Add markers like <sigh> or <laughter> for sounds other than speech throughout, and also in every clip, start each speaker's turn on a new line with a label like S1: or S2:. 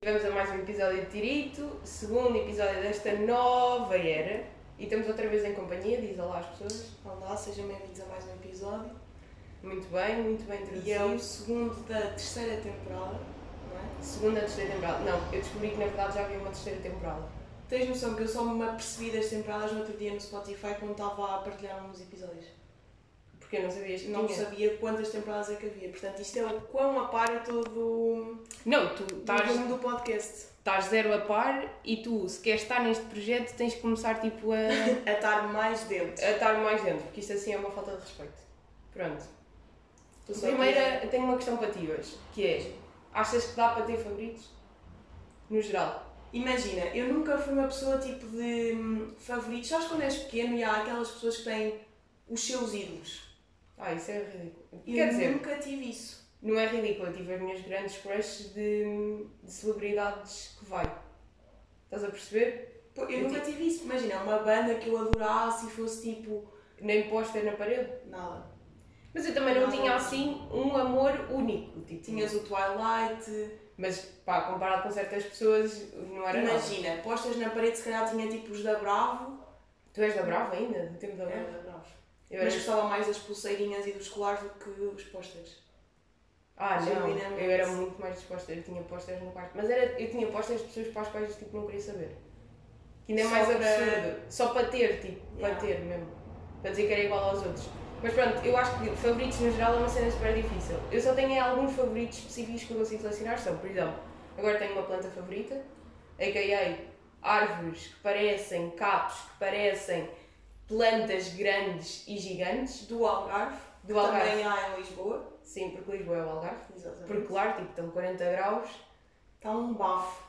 S1: Tivemos a mais um episódio de Tirito, segundo episódio desta nova era. E estamos outra vez em companhia, diz olá às pessoas.
S2: Olá, sejam bem-vindos a mais um episódio.
S1: Muito bem, muito bem
S2: E é o
S1: traduzido.
S2: segundo da terceira temporada, não é?
S1: Segunda, terceira temporada. Não, eu descobri que na verdade já havia uma terceira temporada.
S2: Tens noção que eu só me apercebi das temporadas no outro dia no Spotify quando estava a partilhar uns episódios.
S1: Porque eu não sabias que
S2: Não
S1: tinha.
S2: sabia quantas temporadas é que havia. Portanto, isto é o quão a par eu estou do,
S1: Não, tu
S2: do
S1: estás,
S2: rumo do podcast.
S1: estás zero a par e tu, se queres estar neste projeto, tens de começar tipo
S2: <laughs>
S1: a.
S2: A estar mais dentro.
S1: a estar mais dentro, porque isto assim é uma falta de respeito. Pronto.
S2: Estou só aqui
S1: Primeira, eu tenho uma questão para ti hoje, que é, achas que dá para ter favoritos? No geral.
S2: a- Imagina, eu nunca fui uma pessoa tipo de hum, favoritos. Sabes quando és pequeno e há aquelas pessoas que têm os seus ídolos?
S1: Ah, isso é ridículo.
S2: Eu
S1: Quer dizer,
S2: nunca tive isso.
S1: não é ridículo, eu tive as minhas grandes crushes de, de celebridades que vai. Estás a perceber?
S2: Pô, eu nunca tive isso. Imagina, uma banda que eu adorasse e fosse tipo.
S1: Nem posta na parede.
S2: Nada.
S1: Mas eu também não,
S2: Não.
S1: tinha assim um amor único. Tipo,
S2: Tinhas o Twilight.
S1: Mas pá, comparado com certas pessoas, não era nada.
S2: Imagina, postas na parede, se calhar tinha tipo os da Bravo. É?
S1: Tu és da Brava ainda? Do tempo da
S2: Era
S1: Brava?
S2: da Bravo.
S1: Eu
S2: Mas
S1: era-
S2: gostava mais das pulseirinhas e dos colares do que os posters.
S1: Ah, não,
S2: Genuinamente.
S1: eu era muito mais disposta, eu tinha posters no quarto. Mas era, eu tinha posters de pessoas para as quais tipo, não queria saber. Que ainda é
S2: Só
S1: mais
S2: para-
S1: absurdo. Só para ter, tipo,
S2: Yeah.
S1: para ter mesmo. Para dizer que era igual aos outros. Mas pronto, eu acho que favoritos no geral é uma cena super difícil. Eu só tenho alguns favoritos específicos que eu consigo selecionar, são, por exemplo, agora tenho uma planta favorita, a.k.a. árvores que parecem capos, que parecem plantas grandes e gigantes.
S2: Do Algarve.
S1: Do Algarve.
S2: Também há em Lisboa.
S1: Sim, porque Lisboa é o Algarve.
S2: Exatamente.
S1: Porque lá, tipo, estão 40 graus,
S2: Está um bafo.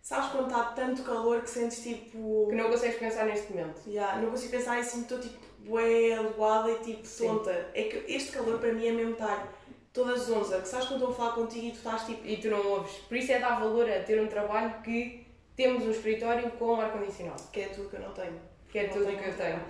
S2: Sabes quando está tanto calor que sentes tipo.
S1: que não consegues pensar neste momento.
S2: Ya, não consigo pensar em cima, estou tipo bué, aloada e tipo
S1: Sim.
S2: tonta. É que este calor para mim é mesmo estar todas onze, que sabes quando estou a falar contigo e tu estás tipo.
S1: E tu não ouves. Por isso é dar valor a ter um trabalho que temos um escritório com ar-condicionado.
S2: que é tudo que eu não tenho.
S1: Que é
S2: Não
S1: tudo o que eu tenho.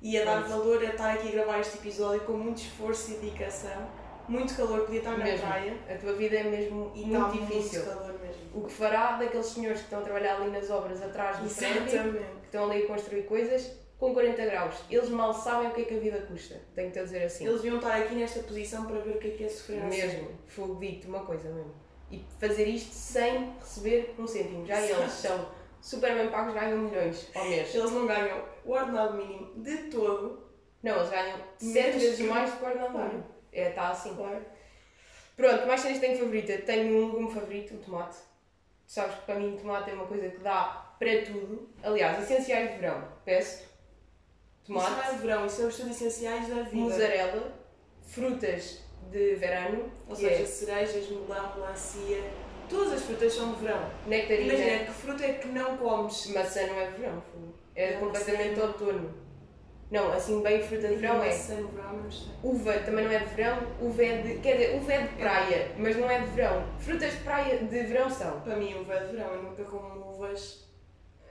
S2: E a dar valor a é estar aqui a gravar este episódio com muito esforço e dedicação, muito calor, podia estar na
S1: Mesmo.
S2: praia
S1: A tua vida é mesmo
S2: e está
S1: muito difícil.
S2: muito calor mesmo.
S1: O que fará daqueles senhores que estão a trabalhar ali nas obras atrás do prédio, que
S2: Exatamente.
S1: estão ali a construir coisas, com 40 graus. Eles mal sabem o que é que a vida custa. Tenho-te a dizer assim.
S2: Eles deviam estar aqui nesta posição para ver o que é que é sofrer assim.
S1: Mesmo. Fogo, digo-te uma coisa mesmo. E fazer isto sem receber um cêntimo. Já eles são super bem pagos, ganham milhões ao
S2: <laughs>
S1: mês.
S2: Eles não ganham o ordenado mínimo de todo.
S1: Não, eles ganham
S2: Menos
S1: 7 vezes
S2: que- um.
S1: mais do que o ordenado.
S2: Claro.
S1: É, está assim.
S2: Claro.
S1: Pronto, mais cenas tenho favorita. Tenho um legume favorito, o tomate. Tu sabes que para mim o tomate é uma coisa que dá para tudo. Aliás, essenciais de verão, peço.
S2: Isso não é
S1: Tomate,
S2: verão, isso é os estudos essenciais da vida.
S1: mussarela, frutas de verano,
S2: Ou
S1: que
S2: seja,
S1: é
S2: cerejas, melão, melancia, todas as frutas são de verão.
S1: nectarina,
S2: Imagina, que fruta é que não comes?
S1: maçã não é verão, fogo. é
S2: Não,
S1: completamente
S2: maçã.
S1: outono. Não, assim bem fruta de verão é.
S2: Maçã no verão, eu não sei.
S1: Uva também não é de verão, uva é de. Quer dizer, uva é de praia, mas não é de verão. Frutas de praia de verão são.
S2: Para mim, uva é de verão, eu nunca como uvas.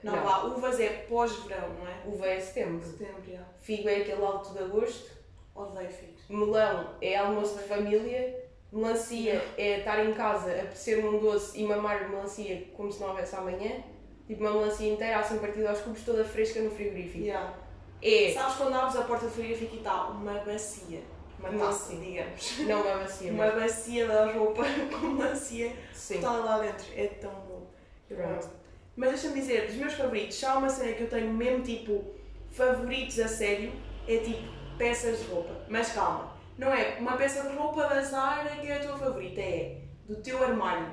S2: Não,
S1: Não.
S2: vá, uvas é pós-verão, não é?
S1: Uva é setembro.
S2: Setembro, já.
S1: Figo é aquele alto de agosto.
S2: Odeio figos.
S1: Melão é almoço de família. Melancia é estar em casa a pecer um doce e mamar melancia como se não houvesse amanhã. Tipo uma melancia inteira assim partida aos cubos, toda fresca no frigorífico.
S2: Já.
S1: É,
S2: Sabes quando abres a porta do frigorífico e está uma bacia, uma
S1: Uma
S2: taça,
S1: bacia.
S2: digamos.
S1: não é uma macia,
S2: Uma
S1: mas
S2: bacia da roupa <laughs> com melancia que
S1: sim.
S2: está lá dentro. É tão bom. Eu
S1: Pronto.
S2: gosto. Mas deixa-me dizer, dos meus favoritos, já há uma cena que eu tenho mesmo tipo favoritos a sério, é tipo peças de roupa. Mas calma, não é uma peça de roupa da Zara que é a tua favorita, é do teu armário.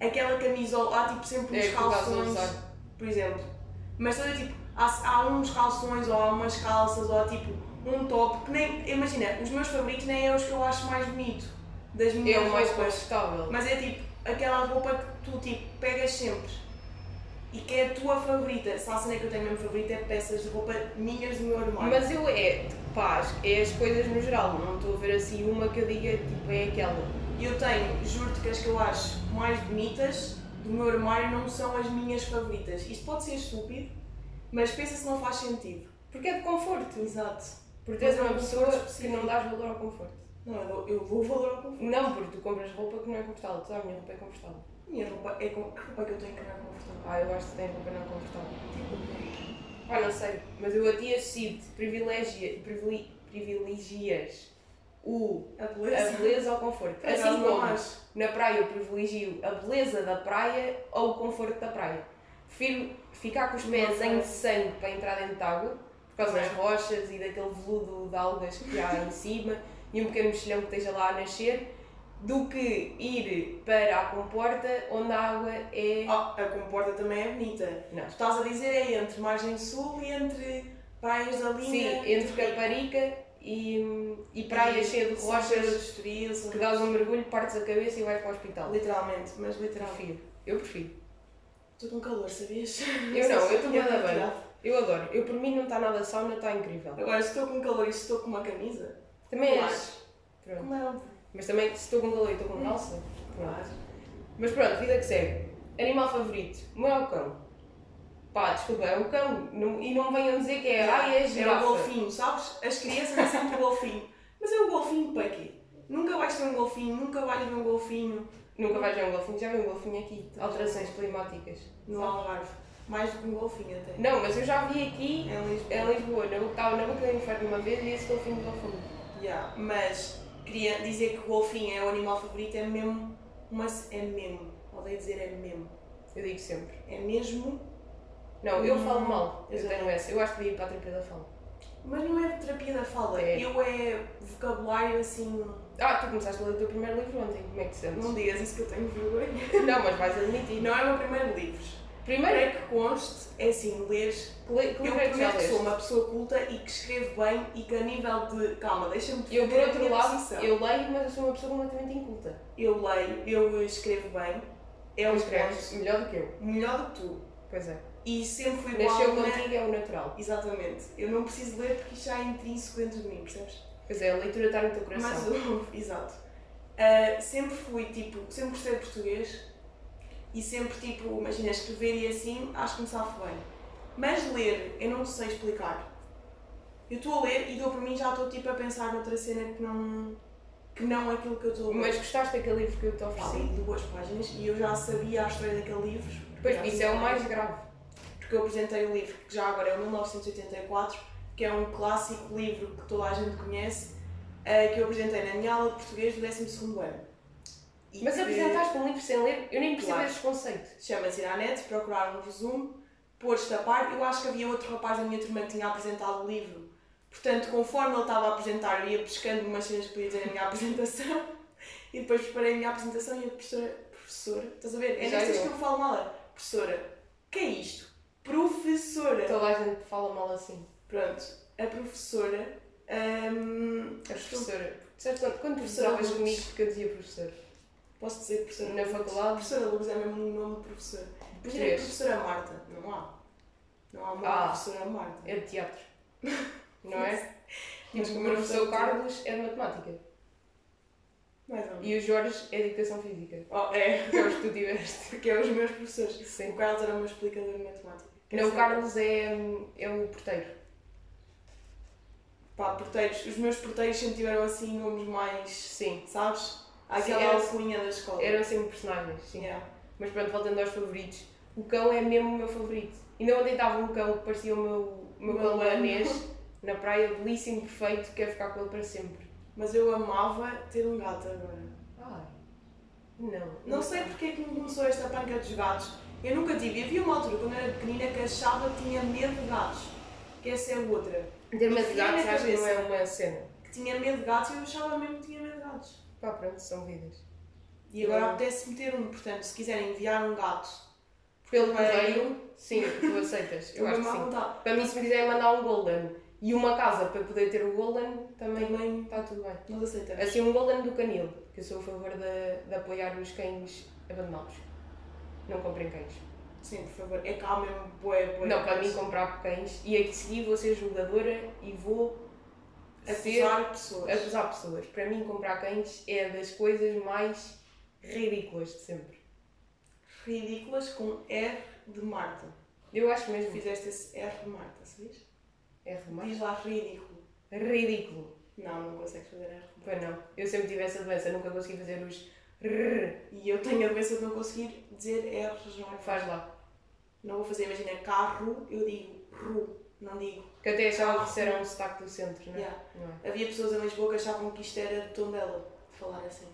S2: Aquela camisola, há tipo sempre uns
S1: É, que tu estás a
S2: calções,
S1: usar.
S2: por exemplo. Mas toda tipo, há, há uns calções ou há umas calças ou há tipo um top que nem. Imagina, os meus favoritos nem é os que eu acho mais bonito das
S1: É
S2: minhas
S1: o mais
S2: roupas.
S1: confortável.
S2: Mas é tipo aquela roupa que tu tipo, pegas sempre e que é a tua favorita. Se há cena que eu tenho mesmo favorita é peças de roupa minhas do meu armário.
S1: Mas eu é, pá, é as coisas no geral. Não estou a ver assim uma que eu diga, tipo, é aquela.
S2: E eu tenho, juro-te que as que eu acho mais bonitas do meu armário não são as minhas favoritas. Isto pode ser estúpido, mas pensa se não faz sentido.
S1: Porque é de conforto.
S2: Exato.
S1: Porque és
S2: Mas é
S1: uma
S2: um
S1: pessoa
S2: conforto
S1: que não
S2: específico.
S1: dás valor ao conforto.
S2: Não, eu dou, eu dou valor ao conforto.
S1: Não, porque tu compras roupa que não é confortável. Toda a minha roupa é confortável.
S2: Minha roupa é com. Que roupa é que eu tenho que andar confortável?
S1: Ah, eu acho que tem roupa não confortável.
S2: Tipo,
S1: Ah, não sei, mas eu a ti acide privilegia, privile- privilegias o,
S2: a
S1: a
S2: beleza.
S1: beleza ao conforto.
S2: Por acaso
S1: Assim
S2: não
S1: como
S2: acho.
S1: na praia eu privilegio a beleza da praia ou o conforto da praia. Prefiro ficar com os pés
S2: Não,
S1: em
S2: não.
S1: sangue para entrar dentro de água, por causa das
S2: Não.
S1: rochas e daquele veludo de algas que há em cima e um pequeno mexilhão que esteja lá a nascer, do que ir para a comporta onde a água é.
S2: Ah, a comporta também é bonita.
S1: Não.
S2: Estás a dizer é entre margem sul e entre praias da linha.
S1: Sim, entre Caparica e, e praia cheia de rochas
S2: destruídas.
S1: que dás um mergulho, partes a cabeça e vais para o hospital.
S2: Literalmente, mas literalmente.
S1: Prefiro. Eu prefiro.
S2: Estou com calor, sabias?
S1: Eu não,
S2: <laughs>
S1: eu estou
S2: Tinha
S1: bué da
S2: que tirar.
S1: Eu adoro. Eu por mim não está nada sauna, está incrível.
S2: Agora, se estou com calor e se estou com uma camisa,
S1: Também
S2: Claro.
S1: és. Pronto.
S2: como é óbvio.
S1: Mas também se estou com calor e estou com calça. Pronto.
S2: Claro.
S1: Mas pronto, vida que segue. Animal favorito. O meu é o cão. Pá, desculpa, é o cão. Não- e não venham dizer que é. Ai, é
S2: É o
S1: girafa.
S2: golfinho, sabes? As crianças é sempre o golfinho. Mas é o golfinho para quê? Nunca vais ter um golfinho, nunca vais ver um golfinho
S1: Nunca vais ver um golfinho. Já vi um golfinho aqui. Alterações climáticas.
S2: no Algarve. Mais do que um golfinho até.
S1: Não, mas eu já vi aqui
S2: É Lisboa.
S1: em Lisboa, na, estava na boca do inferno uma vez e esse golfinho do fundo.
S2: Yeah, mas queria dizer que o golfinho é o animal favorito, é mesmo uma. c- É mesmo. Odeio dizer é mesmo.
S1: Eu digo sempre.
S2: É mesmo,
S1: Não, eu
S2: Hum,
S1: falo mal. Eu
S2: exato.
S1: tenho essa. Eu acho que devia ir para a terapia da fala.
S2: mas não é terapia da fala.
S1: É.
S2: Eu é vocabulário assim.
S1: Ah, tu começaste a ler o teu primeiro livro ontem. Como é que te sentes?
S2: Não digas isso que eu tenho vergonha.
S1: Não, mas vais
S2: E
S1: admitir.
S2: não é o meu primeiro livro.
S1: Primeiro,
S2: Para que conste, é assim, lês
S1: que li- que
S2: Eu
S1: livro é que já
S2: primeiro que sou
S1: leste?
S2: uma pessoa culta e que escrevo bem e que a nível de. Calma, deixa-me
S1: Eu, por
S2: defender a
S1: outro
S2: minha
S1: lado,
S2: posição.
S1: eu leio, mas eu sou uma pessoa completamente inculta.
S2: Eu leio, eu escrevo bem, é
S1: Tu
S2: um
S1: escreves
S2: ponto
S1: melhor do que eu.
S2: melhor do que tu.
S1: Pois é.
S2: E sempre fui boa
S1: Nasceu
S2: aluna.
S1: contigo é o natural.
S2: Exatamente. Eu não preciso ler porque isto já é intrínseco dentro de mim, percebes?
S1: Pois é, a leitura está no teu
S2: Mas
S1: coração.
S2: houve, <laughs> exato. Ah, sempre fui tipo, sempre gostei de português e sempre tipo, imagina escrever e assim, acho que me salvo bem. Mas ler, eu não sei explicar. Eu estou a ler e dou para mim já estou tipo a pensar noutra cena que não, que não é aquilo que eu estou a ler.
S1: Mas gostaste daquele livro que eu te
S2: Pá,
S1: ofereci?
S2: li duas páginas e eu já sabia a história daquele livro.
S1: Pois,
S2: Já
S1: isso
S2: tinha
S1: é o
S2: lido.
S1: mais grave.
S2: porque eu apresentei o livro que já agora é o 1984, que é um clássico livro que toda a gente conhece, eh, que eu apresentei na minha aula de português do 12º ano. E
S1: Mas
S2: que
S1: apresentaste um livro sem ler? Eu nem percebo
S2: Claro.
S1: esses conceitos.
S2: Chama-se ir à net, procurar um resumo, pôr tapar. Eu acho que havia outro rapaz da minha turma que tinha apresentado o livro. Portanto, conforme ele estava a apresentar, eu ia pescando umas cenas que podia dizer na minha <laughs> apresentação. E depois preparei a minha apresentação e a professora... Professora? Estás a ver? É
S1: Já
S2: nestas
S1: eu.
S2: que eu falo mal. é, Professora. Que é isto? Professora.
S1: Toda a gente fala mal assim.
S2: Pronto, a professora. hum,
S1: A professora. Sabes quando, quando tu
S2: Professora
S1: estavas
S2: Luz.
S1: comigo porque eu dizia professor?
S2: posso dizer professora
S1: Na
S2: Luz?
S1: faculdade?
S2: Professora Luz é mesmo um nome de professora. Mas é
S1: Português.
S2: professora Marta, não há. Não há uma
S1: Ah.
S2: professora Marta.
S1: É de
S2: <laughs>
S1: teatro. Não é?
S2: Mas
S1: Tipo, o
S2: como
S1: meu professor
S2: professor de
S1: Carlos é de matemática.
S2: Mais ou menos.
S1: E o Jorge é de educação física.
S2: Oh, é, <laughs>
S1: Que é os que tu tiveste.
S2: porque é os meus professores.
S1: Sim.
S2: O Carlos era o meu explicador de matemática.
S1: Não, o
S2: Essa-
S1: Carlos é, hum, é o porteiro.
S2: Pá, porteiros. Os meus porteiros sempre tiveram assim nomes mais.
S1: Sim.
S2: Sabes?
S1: Sim,
S2: Aquela
S1: era-
S2: alcunha da escola.
S1: Eram sempre personagens, sim.
S2: Yeah.
S1: Mas pronto, voltando aos favoritos. O cão é mesmo o meu favorito. Ainda ontem estava um cão que parecia o meu, o meu
S2: Meu
S1: cão
S2: ano.
S1: danês na praia, belíssimo, perfeito, quero ficar com ele para sempre.
S2: Mas eu amava ter um gato agora.
S1: Ai. Não.
S2: Não sei porque é que me começou esta panca dos gatos. Eu nunca tive. Havia uma altura, quando era pequenina, que achava que tinha medo de gatos. Que essa é outra.
S1: Ter medo de
S2: Enfia na
S1: gatos acho que não é
S2: cabeça.
S1: uma cena.
S2: Que tinha medo de gatos e eu achava mesmo que tinha medo de gatos.
S1: Pá, pronto, são vidas.
S2: E agora
S1: Hum.
S2: apetece-me ter um. Portanto, se quiserem enviar um gato,
S1: Pelo
S2: Para
S1: correio, sim, tu aceitas. Eu
S2: estou
S1: acho
S2: mesmo
S1: que
S2: à
S1: sim.
S2: vontade.
S1: Para mim, se me quiserem mandar um Golden e uma casa para eu poder ter o Golden, também
S2: Também
S1: está tudo bem.
S2: nós aceitamos.
S1: Assim, um Golden do Canil, que eu sou a favor de, de apoiar os cães abandonados. Não comprem cães.
S2: Sim, por favor. É cá mesmo. Boé, boé.
S1: Não, para mim, comprar cães. E aqui seguir vou ser julgadora e vou ser
S2: Acusar pessoas.
S1: acusar pessoas. Para mim, comprar cães é das coisas mais ridículas de sempre.
S2: Ridículas com R de Marta.
S1: Eu acho mesmo.
S2: Fizeste esse R de Marta, sabes?
S1: É remar.
S2: Diz lá ridículo.
S1: Ridículo.
S2: Não, não consegues fazer R.
S1: Pois não. Eu sempre tive essa doença, nunca consegui fazer os Rrr.
S2: E eu tenho a doença de não conseguir dizer R's, não é?
S1: Faz lá.
S2: Não vou fazer, imagina, carro, eu digo ru, não digo.
S1: Que eu até achava que isso era um sotaque do centro, não é?
S2: Yeah.
S1: Não é?
S2: Havia pessoas em Lisboa que achavam que isto era de Tondela, de falar assim,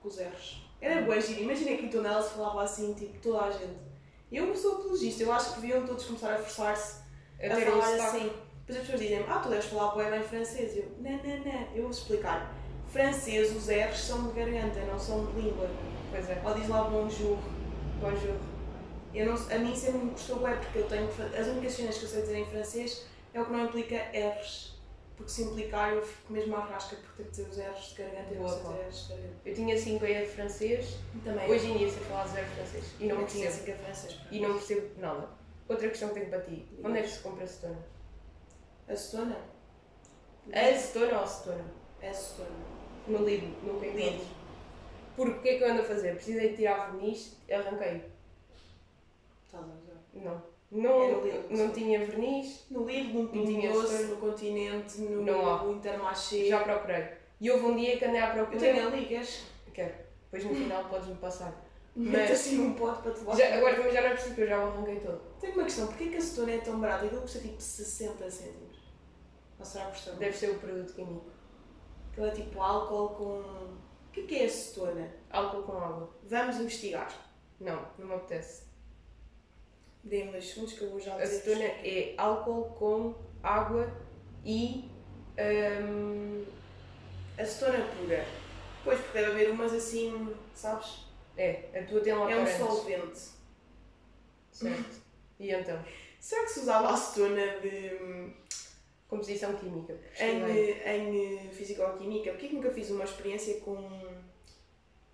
S2: com os erros. Era boa giro, imagina que em Tondela se falava assim, tipo, toda a gente. E eu sou apologista, eu acho que deviam todos começar a forçar-se
S1: Eu
S2: a
S1: ter um
S2: falar
S1: sotaque.
S2: assim. Depois as pessoas dizem ah, tu deves falar boa em francês. Eu, não, não, não, eu vou explicar. Francês, os erros são de garganta, não são de língua.
S1: Pois é.
S2: Ou diz lá bonjour.
S1: Bonjour.
S2: Eu não, a mim é sempre me custou bem, porque eu tenho que fa- as únicas cenas que eu sei dizer em francês é o que não implica R's. Porque se implicar eu fico mesmo à rasca por ter que dizer os R's de garganta e não
S1: Boa,
S2: sei
S1: pá.
S2: dizer R's de garganta.
S1: Eu tinha 5 aí de francês.
S2: Também
S1: Hoje em dia sei falar zero francês. E não
S2: eu tinha
S1: percebo.
S2: cinco em francês. pronto.
S1: E não percebo nada. Outra questão que tenho para ti. Onde é que se compra acetona?
S2: Acetona?
S1: Acetona ou acetona?
S2: Acetona.
S1: No Lidl, nunca
S2: Lidl.
S1: encontro. Porque o que é que eu ando a fazer? Precisei de tirar verniz, arranquei. Tá
S2: Estás a usar.
S1: Não.
S2: É
S1: Não,
S2: no Lidl.
S1: não tinha verniz,
S2: No Lidl, no
S1: tinha
S2: Pinho Doce,
S1: acetona.
S2: no Continente, no,
S1: Não há.
S2: no Intermarché.
S1: já procurei. E houve um dia que andei à procura.
S2: Eu tenho ali, queres?
S1: Quero. Depois no final podes-me passar. Mas-
S2: Mas assim um pote para te levar.
S1: Já, agora também já não é preciso, que eu já o arranquei todo.
S2: Tenho uma questão, porquê que a acetona é tão barata? Aquilo custa tipo 60 cêntimos. Não será por estar
S1: Deve ser o produto químico.
S2: Aquilo é tipo álcool com. O que é que é acetona?
S1: Álcool com água.
S2: Vamos investigar.
S1: Não, não me apetece.
S2: Dê-me dois segundos que eu vou já
S1: Acetona
S2: dizer.
S1: é álcool com água e. hum,
S2: Acetona pura. Pois, porque deve haver umas assim, sabes?
S1: é, a tua tem lá
S2: É um
S1: para antes.
S2: solvente.
S1: Certo. E então?
S2: Será que se usava acetona de,
S1: Composição química. é.
S2: em,
S1: Estudei.
S2: em eh, fisicoquímica? Porquê que nunca fiz uma experiência com.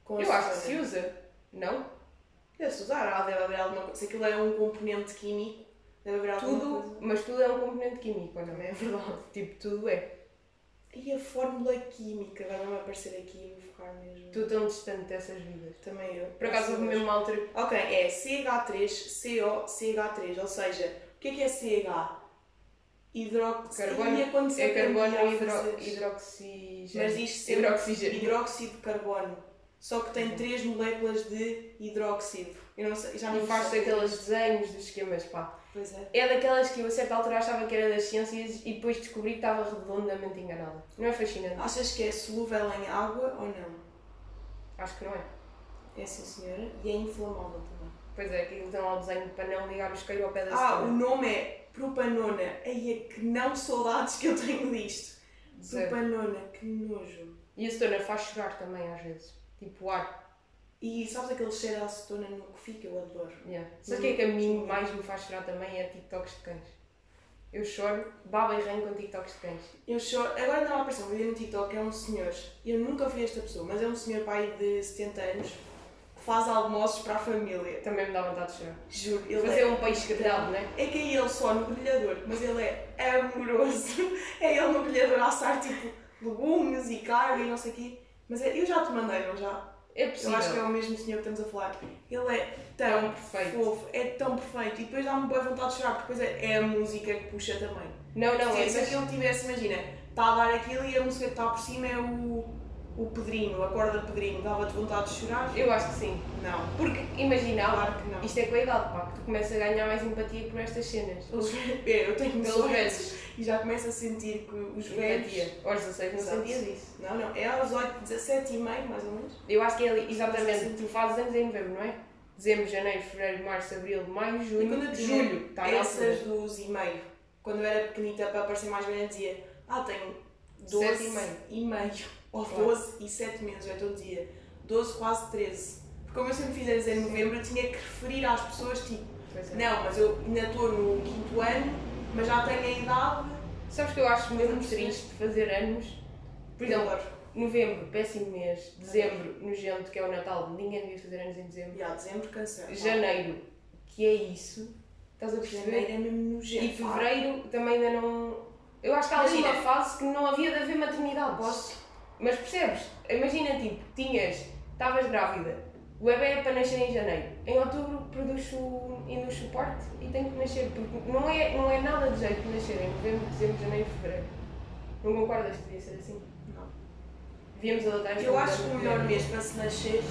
S2: com
S1: Eu acho que se
S2: acetona?
S1: usa. Não?
S2: Deve-se usar, ah, deve haver alguma coisa. Se aquilo é um componente químico, deve haver alguma coisa.
S1: Tudo, mas tudo é um componente químico, não
S2: Também
S1: é? <laughs>
S2: é verdade.
S1: Tipo, tudo é.
S2: E a fórmula química, agora vai aparecer aqui e vou ficar mesmo.
S1: Tu tão distante dessas vidas.
S2: Também eu.
S1: Por acaso
S2: Nossa,
S1: houve mesmo uma altura que
S2: Ok, é CH3COCH3, ou seja, o que é que é CH? Hidroxi...
S1: Carbono-
S2: e é quando se
S1: é carbono
S2: aprendia a
S1: e hidro,
S2: fazer
S1: hidroxigênio.
S2: Mas diz sempre-
S1: hidroxigênio.
S2: Hidróxido de carbono. Só que
S1: Uhum.
S2: tem três moléculas de hidróxido. Eu não sei, já não
S1: E faz
S2: sei.
S1: aqueles desenhos dos esquemas, pá.
S2: Pois é.
S1: É daquelas que eu a certa altura achava que era das ciências e depois descobri que estava redondamente enganada. Não é fascinante?
S2: Achas que é solúvel em água ou não?
S1: Acho que não é.
S2: É sim, senhora. E é inflamável também.
S1: Pois é, aquilo tem lá o desenho para não ligar o isqueiro ao pé da
S2: Ah, o
S1: cenoura.
S2: nome é propanona. Ai, é que não saudades que eu tenho disto.
S1: Zero.
S2: Propanona, que nojo.
S1: E a cenoura faz chorar também às vezes. Tipo o ar.
S2: E sabes aquele cheiro à acetona no que fica? Eu adoro.
S1: Yeah. Sabe o que é que a mim mais me faz chorar também? É TikToks de cães. Eu choro, baba e ranho com TikToks de cães.
S2: Eu choro. Agora não há pressão, vídeo no TikTok é um senhor. Eu nunca vi esta pessoa, mas é um senhor pai de 70 anos que faz almoços para a família.
S1: Também me dá vontade de chorar.
S2: Juro, ele
S1: Fazer
S2: é.
S1: um peixe grelhado, não é?
S2: É que é ele só no grelhador, mas ele é amoroso. <laughs> É ele no grelhador a assar tipo legumes e carne e não sei o quê. Mas é- eu já te mandei, não já?
S1: É
S2: Eu
S1: possível.
S2: acho que é o mesmo senhor que estamos a falar. Ele é tão
S1: Tão perfeito.
S2: fofo, é tão perfeito. E depois dá-me boa vontade de chorar, porque depois é- é a música que puxa também.
S1: Não, não,
S2: Sim,
S1: é.
S2: se
S1: mas-
S2: aquilo tivesse, imagina, está a dar aquilo e a música que está por cima é o, o Pedrinho, a corda de Pedrinho, dava-te vontade de chorar?
S1: Eu acho que sim.
S2: Não.
S1: Porque imagina,
S2: Claro que não.
S1: isto é com a idade, pá, que tu começas a ganhar mais empatia por estas cenas.
S2: Pelos velhos, eu tenho
S1: Pelos
S2: 18
S1: velhos.
S2: e já começo a sentir que os velhos...
S1: Empatia. Aos 16 não
S2: Exato.
S1: sentias isso.
S2: Não, não, é aos 8, 17 e meio, mais ou menos.
S1: Eu acho que é ali,
S2: Sim.
S1: exatamente, tu fazes anos em novembro, não é? Dezembro, janeiro, fevereiro, março, abril, maio, junho, julho. tá Está na
S2: essas
S1: altura.
S2: dos e meio, quando eu era pequenita para parecer mais velha, dizia, ah, tenho 12
S1: Sete e meio.
S2: e meio, ou
S1: Claro.
S2: 12 e 7 meses, eu todo dia, 12 quase 13. Porque como eu sempre fiz anos em novembro, eu tinha que referir às pessoas, tipo,
S1: Pois é.
S2: Não, mas eu ainda estou no quinto ano, mas já tenho a idade.
S1: Sabes que eu acho mesmo
S2: Vamos ver.
S1: triste fazer anos? Por exemplo,
S2: Agora,
S1: novembro, péssimo mês. Dezembro, nojento, que é o Natal, ninguém devia fazer anos em dezembro.
S2: e há dezembro cancela.
S1: Janeiro, que é isso? Estás a perceber?
S2: Janeiro é mesmo
S1: E
S2: nojento.
S1: fevereiro também ainda não. Eu acho que há ali
S2: Imagina.
S1: uma fase que não havia de haver maternidade.
S2: Posso?
S1: Mas percebes? Imagina, tipo, tinhas, estavas grávida, o bebê é para nascer em janeiro, em outubro produz o induz o parto e tem que nascer, porque não é, não é nada de jeito de nascer em novembro, dezembro, janeiro, fevereiro. Não concordas que devia ser assim?
S2: Não.
S1: Devíamos adotar este
S2: Eu acho que o
S1: modelo.
S2: melhor mês para se nascer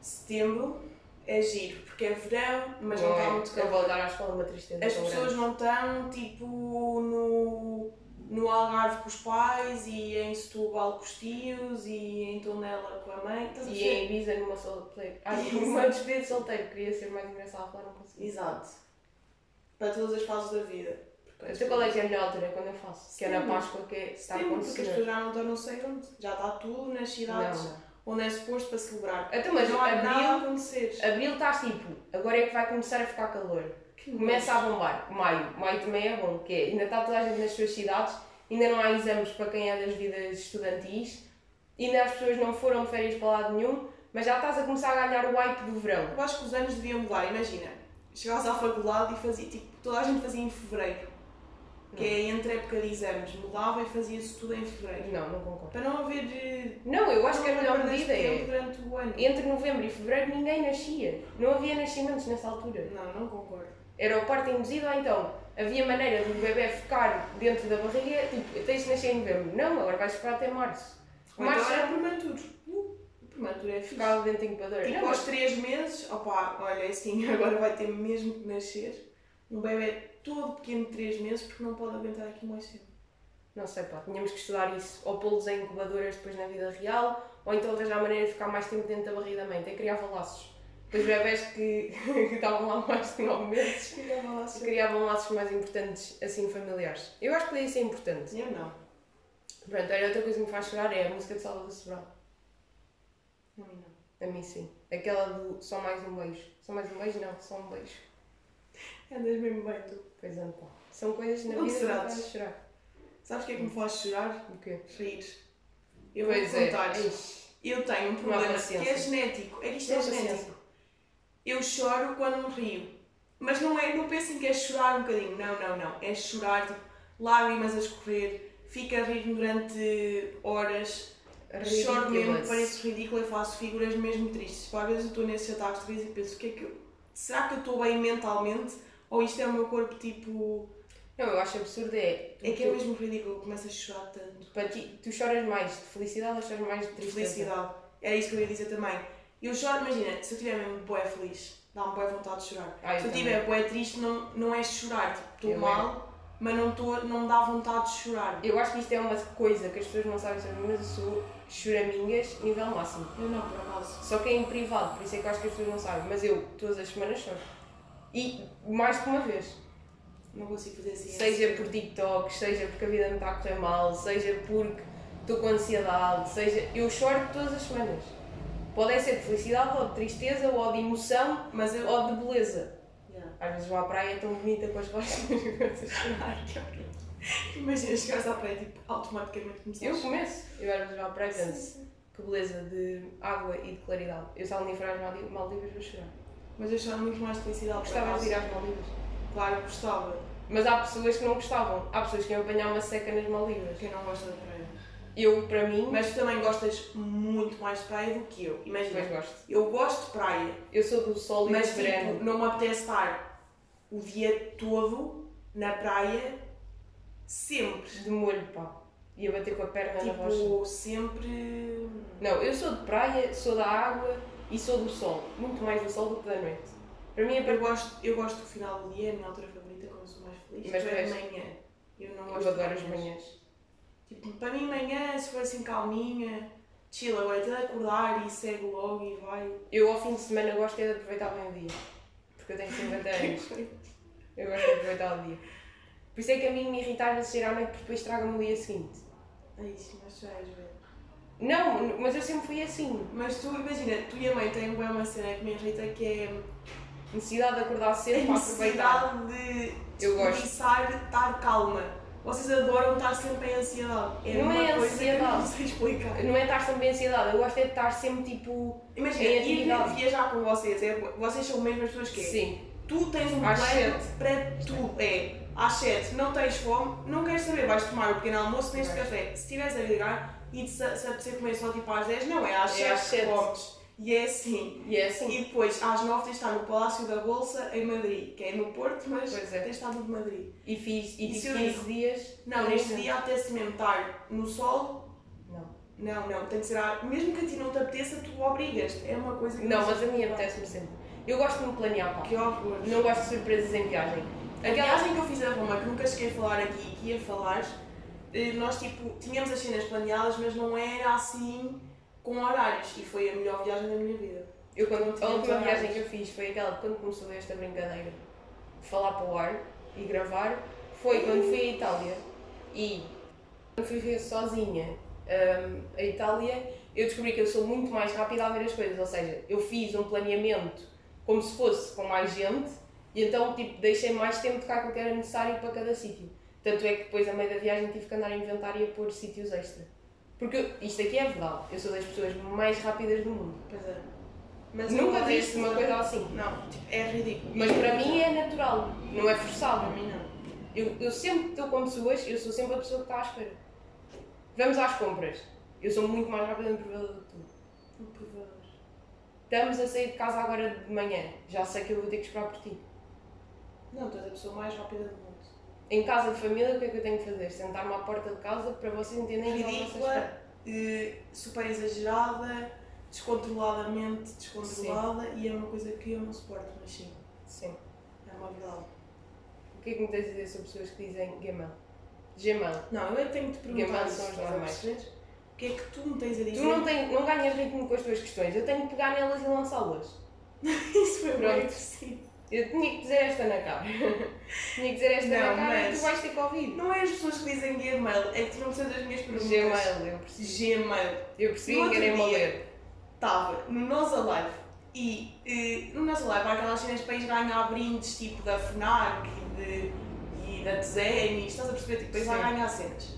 S2: Setembro é giro, porque é verão, mas não
S1: Não
S2: está
S1: é?
S2: muito
S1: Eu
S2: calor.
S1: vou dar à escola uma tristeza.
S2: As
S1: tão
S2: pessoas
S1: grande.
S2: não estão tipo no, no Algarve com os pais e em Setúbal com os tios e em Tondela com a mãe. Estás a
S1: E
S2: perceber?
S1: em Ibiza numa
S2: <laughs>
S1: solteira. Ah,
S2: Isso.
S1: uma despedida de solteiro. Queria ser mais engraçada, um claro, não consegui.
S2: Exato. Para todas as fases da vida. Porque
S1: Então qual é que é a melhor altura? Quando eu faço? Que é na
S2: Setembro.
S1: Páscoa que é- está a
S2: Setembro, porque
S1: acontecer.
S2: as pessoas já não estão não sei onde. Já está tudo nas
S1: Não,
S2: cidades
S1: não.
S2: onde é suposto para celebrar.
S1: Então, mas
S2: não há nada a
S1: abril,
S2: acontecer.
S1: abril estás tipo, agora é que vai começar a ficar calor.
S2: Que
S1: Começa a bombar. Maio. Maio também é bom, que é, ainda está toda a gente nas suas cidades, ainda não há exames para quem é das vidas estudantis, ainda as pessoas não foram de férias para lado nenhum, mas já estás a começar a ganhar o hype do verão.
S2: Eu acho que os anos deviam mudar, imagina. Chegavas à faculdade e fazia, tipo, toda a gente fazia em fevereiro. Que é entre época de exames. Mudava e fazia-se tudo em fevereiro.
S1: Não, não concordo.
S2: Para não haver. eh,
S1: Não, eu acho que a
S2: não
S1: melhor
S2: perderes
S1: medida
S2: tempo
S1: é.
S2: durante o ano.
S1: Entre novembro e fevereiro ninguém nascia. Não havia nascimentos nessa altura.
S2: Não, não concordo.
S1: Era o parto induzido, ou então havia maneira do bebê ficar dentro da barriga, tipo, tens de nascer em novembro. Não, agora vais esperar até março.
S2: Ou
S1: Março
S2: então
S1: já
S2: era prematuro. Uh, o prematuro é fixe.
S1: ficava dentro da incubadora.
S2: Tipo,
S1: Não,
S2: aos 3 meses, opá, olha, assim, <laughs> agora vai ter mesmo que nascer um bebê todo pequeno de 3 meses porque não pode aguentar aqui mais cedo.
S1: Não sei, pá, tínhamos que estudar isso. Ou pô-los em incubadoras depois na vida real, ou então arranjar maneira de ficar mais tempo dentro da barriga da mãe. Até criava laços. Depois bebés que <laughs> que estavam lá mais de 9 meses
S2: Ficava lá cedo.
S1: criavam laços mais importantes, assim, familiares. Eu acho que podia ser importante.
S2: é assim, Eu não,
S1: Pronto, olha, outra coisa que me faz chorar é a música de Salvador Sobral.
S2: a mim não.
S1: A mim sim. Aquela do só mais um beijo. Só mais um beijo? Não, só um beijo.
S2: Andas mesmo bem tu.
S1: Pois é, pá. São coisas na
S2: Não
S1: vida que me
S2: serás.
S1: fazem chorar.
S2: Sabes o que é que me faz chorar?
S1: O quê?
S2: Rir. Eu vou
S1: Pois é.
S2: contar
S1: Ixi.
S2: Eu tenho um
S1: há
S2: problema que
S1: paciência.
S2: é genético. É que isto
S1: Não
S2: é
S1: há paciência.
S2: genético. Eu choro quando me rio. Mas não é, não pensem que é chorar um bocadinho. Não, não, não. É chorar, tipo, lágrimas a escorrer. Fico a rir durante horas. Choro mesmo,
S1: Ridiculous.
S2: pareço ridícula e faço figuras mesmo tristes. Pá, Às vezes eu estou nesses ataques de vez e penso, o que é que eu... Será que eu estou bem mentalmente? Ou isto é o meu corpo, tipo...
S1: Não, eu acho absurdo é. Tu,
S2: É que é
S1: tu-
S2: mesmo ridículo, eu começo a chorar tanto.
S1: para ti, tu choras mais de felicidade ou choras mais de
S2: De
S1: tristeza?
S2: felicidade. Era isso que eu ia dizer também. Eu choro, imagina, se eu tiver mesmo bué feliz, dá-me bué vontade de chorar.
S1: Ah, eu
S2: se eu
S1: também.
S2: tiver bué triste, não, não é chorar. Tipo,
S1: Eu
S2: estou mal, mas não, tô, não me dá vontade de chorar.
S1: Eu acho que isto é uma coisa que as pessoas não sabem sobre mim, mas eu sou choramingas nível máximo.
S2: Eu não, por acaso.
S1: Só que é em privado, por isso é que eu acho que as pessoas não sabem. Mas eu, todas as semanas, choro. E mais de uma vez.
S2: Não consigo fazer assim.
S1: Seja por TikToks, seja porque a vida me está a correr mal, seja porque estou com ansiedade, seja. Eu choro todas as semanas. Pode é ser de felicidade, ou de tristeza, ou de emoção,
S2: Mas eu...
S1: ou de beleza.
S2: Yeah.
S1: Às vezes vou à praia, é tão bonita com as rochas.
S2: Ai, que horror. Imagina chegares à praia tipo, automaticamente
S1: <laughs>
S2: começaste
S1: eu começo. Eu às vezes vou à praia e
S2: Sim,
S1: penso
S2: sim.
S1: que beleza de água e de claridade. Eu se alnifrar as Maldi- Maldivas, vou chorar.
S2: Mas eu choro muito mais de felicidade. por
S1: Gostava
S2: acaso.
S1: de ir às Maldivas.
S2: Claro, gostava.
S1: Mas há pessoas que não gostavam. Há pessoas que iam apanhar uma seca nas Maldivas.
S2: Quem não gosta de praia.
S1: Eu, para mim, mas,
S2: Mas tu também gostas muito mais de praia do que eu. Imagina,
S1: gosto.
S2: eu gosto de praia,
S1: Eu sou do sol e do
S2: mas
S1: verão.
S2: tipo, não me apetece estar o dia todo na praia, sempre.
S1: de molho, pá. Ia bater com a perna na rocha.
S2: Tipo, sempre.
S1: Não, eu sou de praia, sou da água e sou do sol. Muito mais do sol do que da noite. Para mim é
S2: Eu
S1: para...
S2: gosto, eu gosto do final do dia, é a minha altura favorita, quando sou mais feliz.
S1: Mas
S2: tu é de
S1: parece-
S2: manhã. Eu não gosto
S1: Eu adoro as
S2: de
S1: manhãs.
S2: Tipo, para mim, manhã, se for assim calminha, chill, agora até de acordar e segue logo e vai.
S1: Eu ao fim de semana gosto é de aproveitar bem o dia. Porque eu tenho
S2: <laughs>
S1: 50 anos.
S2: É
S1: Eu gosto de aproveitar o dia. Por isso é que a mim me irritar a ser à noite porque depois estraga-me o dia seguinte.
S2: Ai, isso, mas tu és, velho.
S1: Não, n- mas eu sempre fui assim.
S2: Mas tu imagina, tu e a mãe têm bem uma cena que me irrita que é
S1: Necessidade de acordar
S2: a
S1: cedo para aproveitar.
S2: É necessidade de
S1: Eu gosto.
S2: começar a estar calma. Vocês adoram estar sempre em ansiedade. É
S1: Não
S2: uma
S1: é
S2: coisa que eu não
S1: ansiedade.
S2: sei explicar.
S1: Não é estar sempre em ansiedade, eu gosto é de estar sempre tipo.
S2: Imagina,
S1: É
S2: ir
S1: atividade.
S2: viajar com vocês, é, vocês são mesmo as pessoas que é.
S1: Sim.
S2: Tu tens um
S1: Às
S2: plano
S1: sete.
S2: para tudo. É, às 7 não tens fome, não queres saber, vais tomar o pequeno almoço neste
S1: Vais.
S2: café. Se estiveres a ligar e te, se se apetecer comer só tipo às 10, não, é às
S1: É
S2: 7
S1: às
S2: que
S1: sete.
S2: comes. E é assim.
S1: E é assim.
S2: E depois, às 9, tens de estar no Palácio da Bolsa, em Madrid, que é no Porto, mas
S1: Pois
S2: tens
S1: é.
S2: de estar no de Madrid.
S1: E fiz. E
S2: Isso
S1: tive
S2: eu digo.
S1: 15 dias.
S2: Não, neste dia até se mesmo estar no sol,
S1: Não.
S2: Não, não, tem que ser arte. Mesmo que a ti não te apeteça, tu obrigas-te. É uma coisa que
S1: Não,
S2: se
S1: mas a minha
S2: faz.
S1: apetece-me sempre. Eu gosto de me planear, pá.
S2: Que horror.
S1: Não gosto de surpresas em viagem.
S2: A
S1: Aquelas.
S2: viagem que eu fiz a Roma, que nunca cheguei a falar aqui, que ia falar, eh, nós tipo, tínhamos as cenas planeadas, mas não era assim com horários. E foi a melhor viagem da minha vida.
S1: Eu quando,
S2: Não
S1: a
S2: tínhamos
S1: última
S2: horários.
S1: viagem que eu fiz foi aquela de quando começou esta brincadeira de falar para o ar e gravar. Foi quando fui à Itália. E quando fui ver sozinha hum, a Itália, eu descobri que eu sou muito mais rápida a ver as coisas. Ou seja, eu fiz um planeamento como se fosse com mais gente e então tipo, deixei mais tempo de cá que era necessário para cada sítio. Tanto é que depois, a meio da viagem, tive que andar a inventar e a pôr sítios extra. Porque eu- isto aqui é verdade, eu sou das pessoas mais rápidas do mundo.
S2: Pois é. Mas
S1: Nunca
S2: eu-
S1: viste uma coisa assim.
S2: Não, tipo, é ridículo.
S1: Mas para mim é natural, não é
S2: Para
S1: forçado.
S2: mim não.
S1: Eu, eu sempre que estou com pessoas, eu sou sempre a pessoa que está à espera. Vamos às compras. Eu sou muito mais rápida no provador do que tu.
S2: Um
S1: é.
S2: provador.
S1: Estamos a sair de casa agora de manhã. Já sei que eu vou ter que esperar por ti.
S2: Não, tu és a pessoa mais rápida do mundo.
S1: Em casa de família, o que é que eu tenho que fazer? Sentar-me à porta de casa para vocês entenderem que eu não sei esperar.
S2: Ridícula, eh, super exagerada, descontroladamente descontrolada e é uma coisa que eu não suporto, mas sim,
S1: Sim.
S2: é uma vilão.
S1: O que é que me tens a dizer sobre pessoas que dizem gemão? Gemão.
S2: Não, eu é que tenho de te perguntar
S1: Gamanços
S2: isso,
S1: são os
S2: estás a
S1: normais.
S2: perceber? O que é que tu me tens a dizer?
S1: Tu não, tens, não ganhas ritmo com as tuas questões. Eu tenho que pegar nelas e lançá-las.
S2: <laughs> Isso foi
S1: Pronto.
S2: bem agressivo.
S1: Eu tinha que dizer esta na cara. <laughs> tinha que dizer esta
S2: Não,
S1: na cara e
S2: mas-
S1: tu vais ter que ouvir.
S2: Não é as pessoas que dizem Gmail, é que tu não precisas das minhas perguntas.
S1: Gmail, é eu percebi.
S2: Gmail.
S1: Eu percebi
S2: No
S1: que era
S2: outro
S1: uma
S2: dia-
S1: ler.
S2: Estava no Nós Alive e eh, no Nós Alive há aquelas cenas para ir ganhar brindes tipo da FNAC e, de, e da Tezen e estás a perceber? Tipo, para ir lá
S1: Sim.
S2: ganhar cenas.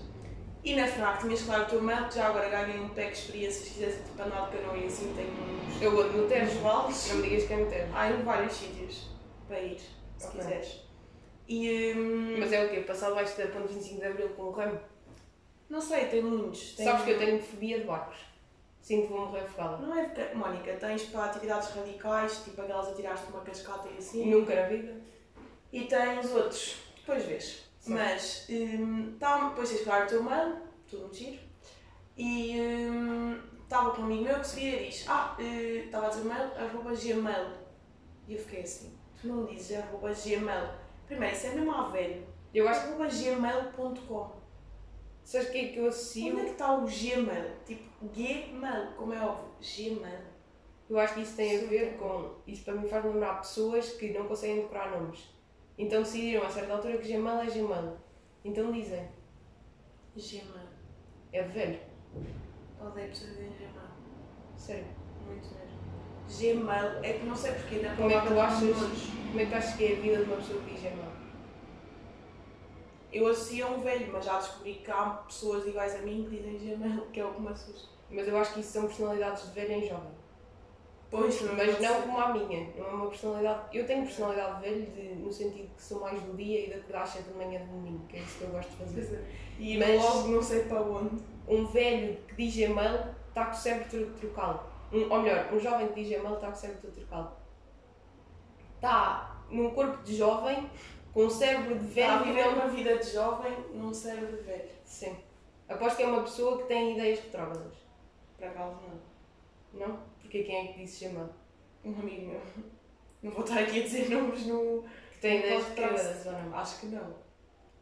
S2: E na FNAC tinhas claro o teu mail, que já agora ganhei um pack de experiências, se quisesse tipo andar de canoa e assim tenho uns,
S1: Eu ando no
S2: uns
S1: termo.
S2: vales.
S1: Não me digas que é no termo.
S2: Há em vários sítios para ir, se
S1: Ok.
S2: quiseres. E hum,
S1: Mas é o quê? Passar baixo da ponte 25 de Abril com o ramo?
S2: não sei, tem muitos. Tem-
S1: Sabes que eu tenho fobia de barcos. Sinto que vou morrer afogada.
S2: Não é porque, Mónica, tens para atividades radicais, tipo aquelas a tirar-te uma cascata e assim.
S1: Nunca na vida.
S2: E tens outros, depois vês.
S1: Sim.
S2: Mas hum, tá, depois tens claro o teu mail, tudo um giro. E estava com um amigo meu que se via e diz, ah, estava a dizer mail, arroba gmail. E eu fiquei assim, tu não dizes arroba gmail. Primeiro, isso é mesmo à velho.
S1: Eu acho
S2: Arroba gmail.com.
S1: que. Sabes o que é que eu
S2: Onde é
S1: associo?
S2: que está o gmail? Tipo, gmail, como é óbvio, gmail.
S1: Eu acho que isso tem a ver com. Isso para mim faz lembrar pessoas que não conseguem decorar nomes. Então decidiram a certa altura que Gmail é Gmail. Então dizem.
S2: Gmail.
S1: É de velho.
S2: Odeio pessoas em gmail.
S1: Sério.
S2: Muito mesmo. Gmail, é que não sei porque na
S1: Como é que tu
S2: palavra
S1: achas?
S2: nomes-
S1: Como é que tu achas que é a vida de uma pessoa que diz Gmail?
S2: Eu associo a um velho, mas já descobri que há pessoas iguais a mim que dizem Gmail, que é o que me assusta.
S1: Mas eu acho que isso são personalidades de velho em jovem.
S2: Pois,
S1: Mas não como a minha, não é uma personalidade. Eu tenho personalidade velha de- no sentido que sou mais do dia e de acordar às 7 da manhã de domingo, que é isso que eu gosto de fazer.
S2: E
S1: Mas-
S2: logo não sei para onde.
S1: Um velho que diz Gmail está com o cérebro todo trocado. Um, ou melhor, um jovem que diz Gmail está com o cérebro todo trocado. Está num corpo de jovem, com um cérebro de um
S2: Está Tá a
S1: velho e
S2: viver
S1: não.
S2: uma vida de jovem num cérebro de velho.
S1: Sim. Aposto que é uma pessoa que tem ideias retrógradas.
S2: Para acaso não.
S1: Não? Porque quem é que disse Gmail?
S2: Um amigo meu. Não vou estar aqui a dizer <laughs> nomes no.
S1: Que tem
S2: Um
S1: ideias
S2: podcast.
S1: retrógradas ou não?
S2: Acho que não.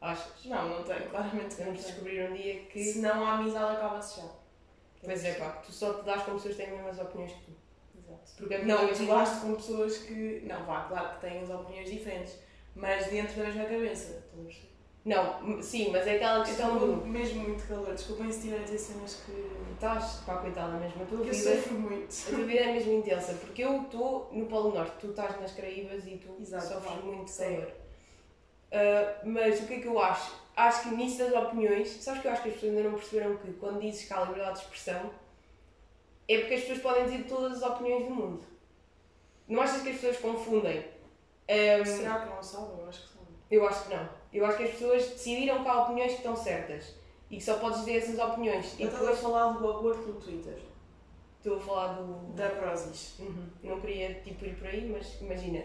S1: Achas?
S2: Não, não tenho, claramente que não
S1: Vamos
S2: tenho.
S1: descobrir um dia que.
S2: Senão a amizade acaba-se já.
S1: Pois é, pá, tu só te dás com pessoas que têm as mesmas opiniões que tu.
S2: Exato.
S1: Porque a minha
S2: Não, eu
S1: opinião-
S2: gosto com pessoas que. Não, vá, claro que têm as opiniões diferentes, mas dentro da mesma cabeça. Estás a perceber?
S1: Não, m- sim, mas é aquela questão
S2: Estou
S1: do.
S2: com Então, mesmo muito calor, desculpem se tiver a dizer cenas que.
S1: Estás, pá, coitada mesmo, a tua
S2: Eu
S1: vida.
S2: sofro muito.
S1: A tua vida é mesmo intensa, porque eu estou no Polo Norte, tu estás nas Caraíbas e tu
S2: Exato,
S1: sofres
S2: claro,
S1: muito de
S2: sim.
S1: calor. Ah, mas o que é que eu acho? Acho que nisso das opiniões, sabes que eu acho que as pessoas ainda não perceberam que quando dizes que há liberdade de expressão é porque as pessoas podem dizer todas as opiniões do mundo. Não achas que as pessoas confundem? ah,
S2: Será que não sabem? Eu acho que sabem.
S1: Eu acho que não. Eu acho que as pessoas decidiram que há opiniões que estão certas e que só podes dizer essas opiniões. E
S2: Eu estava a
S1: depois
S2: falar do aborto no Twitter,
S1: estou a falar do.
S2: da Prozis.
S1: Uhum. Não queria tipo, ir por aí, mas imagina.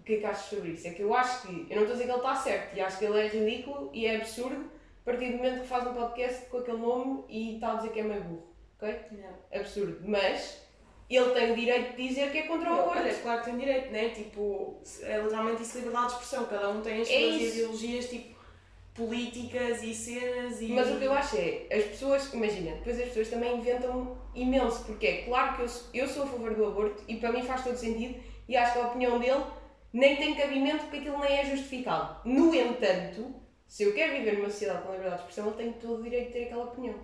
S1: O que é que achas sobre isso? É que eu acho que. Eu não estou a dizer que ele está certo e acho que ele é ridículo e é absurdo partir do momento que faz um podcast com aquele nome e está a dizer que é meio burro, ok?
S2: Yeah.
S1: Absurdo. Mas ele tem o direito de dizer que é contra o aborto.
S2: Olha, claro que tem direito, né? Tipo, é literalmente isso liberdade de expressão. Cada um tem as
S1: É
S2: suas
S1: isso.
S2: ideologias, tipo, políticas e cenas e.
S1: Mas o que eu acho é, as pessoas, imagina, depois as pessoas também inventam imenso, porque é claro que eu, sou- eu sou a favor do aborto e para mim faz todo sentido e acho que a opinião dele nem tem cabimento porque aquilo nem é justificado. No entanto, se eu quero viver numa sociedade com liberdade de expressão, eu tenho todo o direito de ter aquela opinião.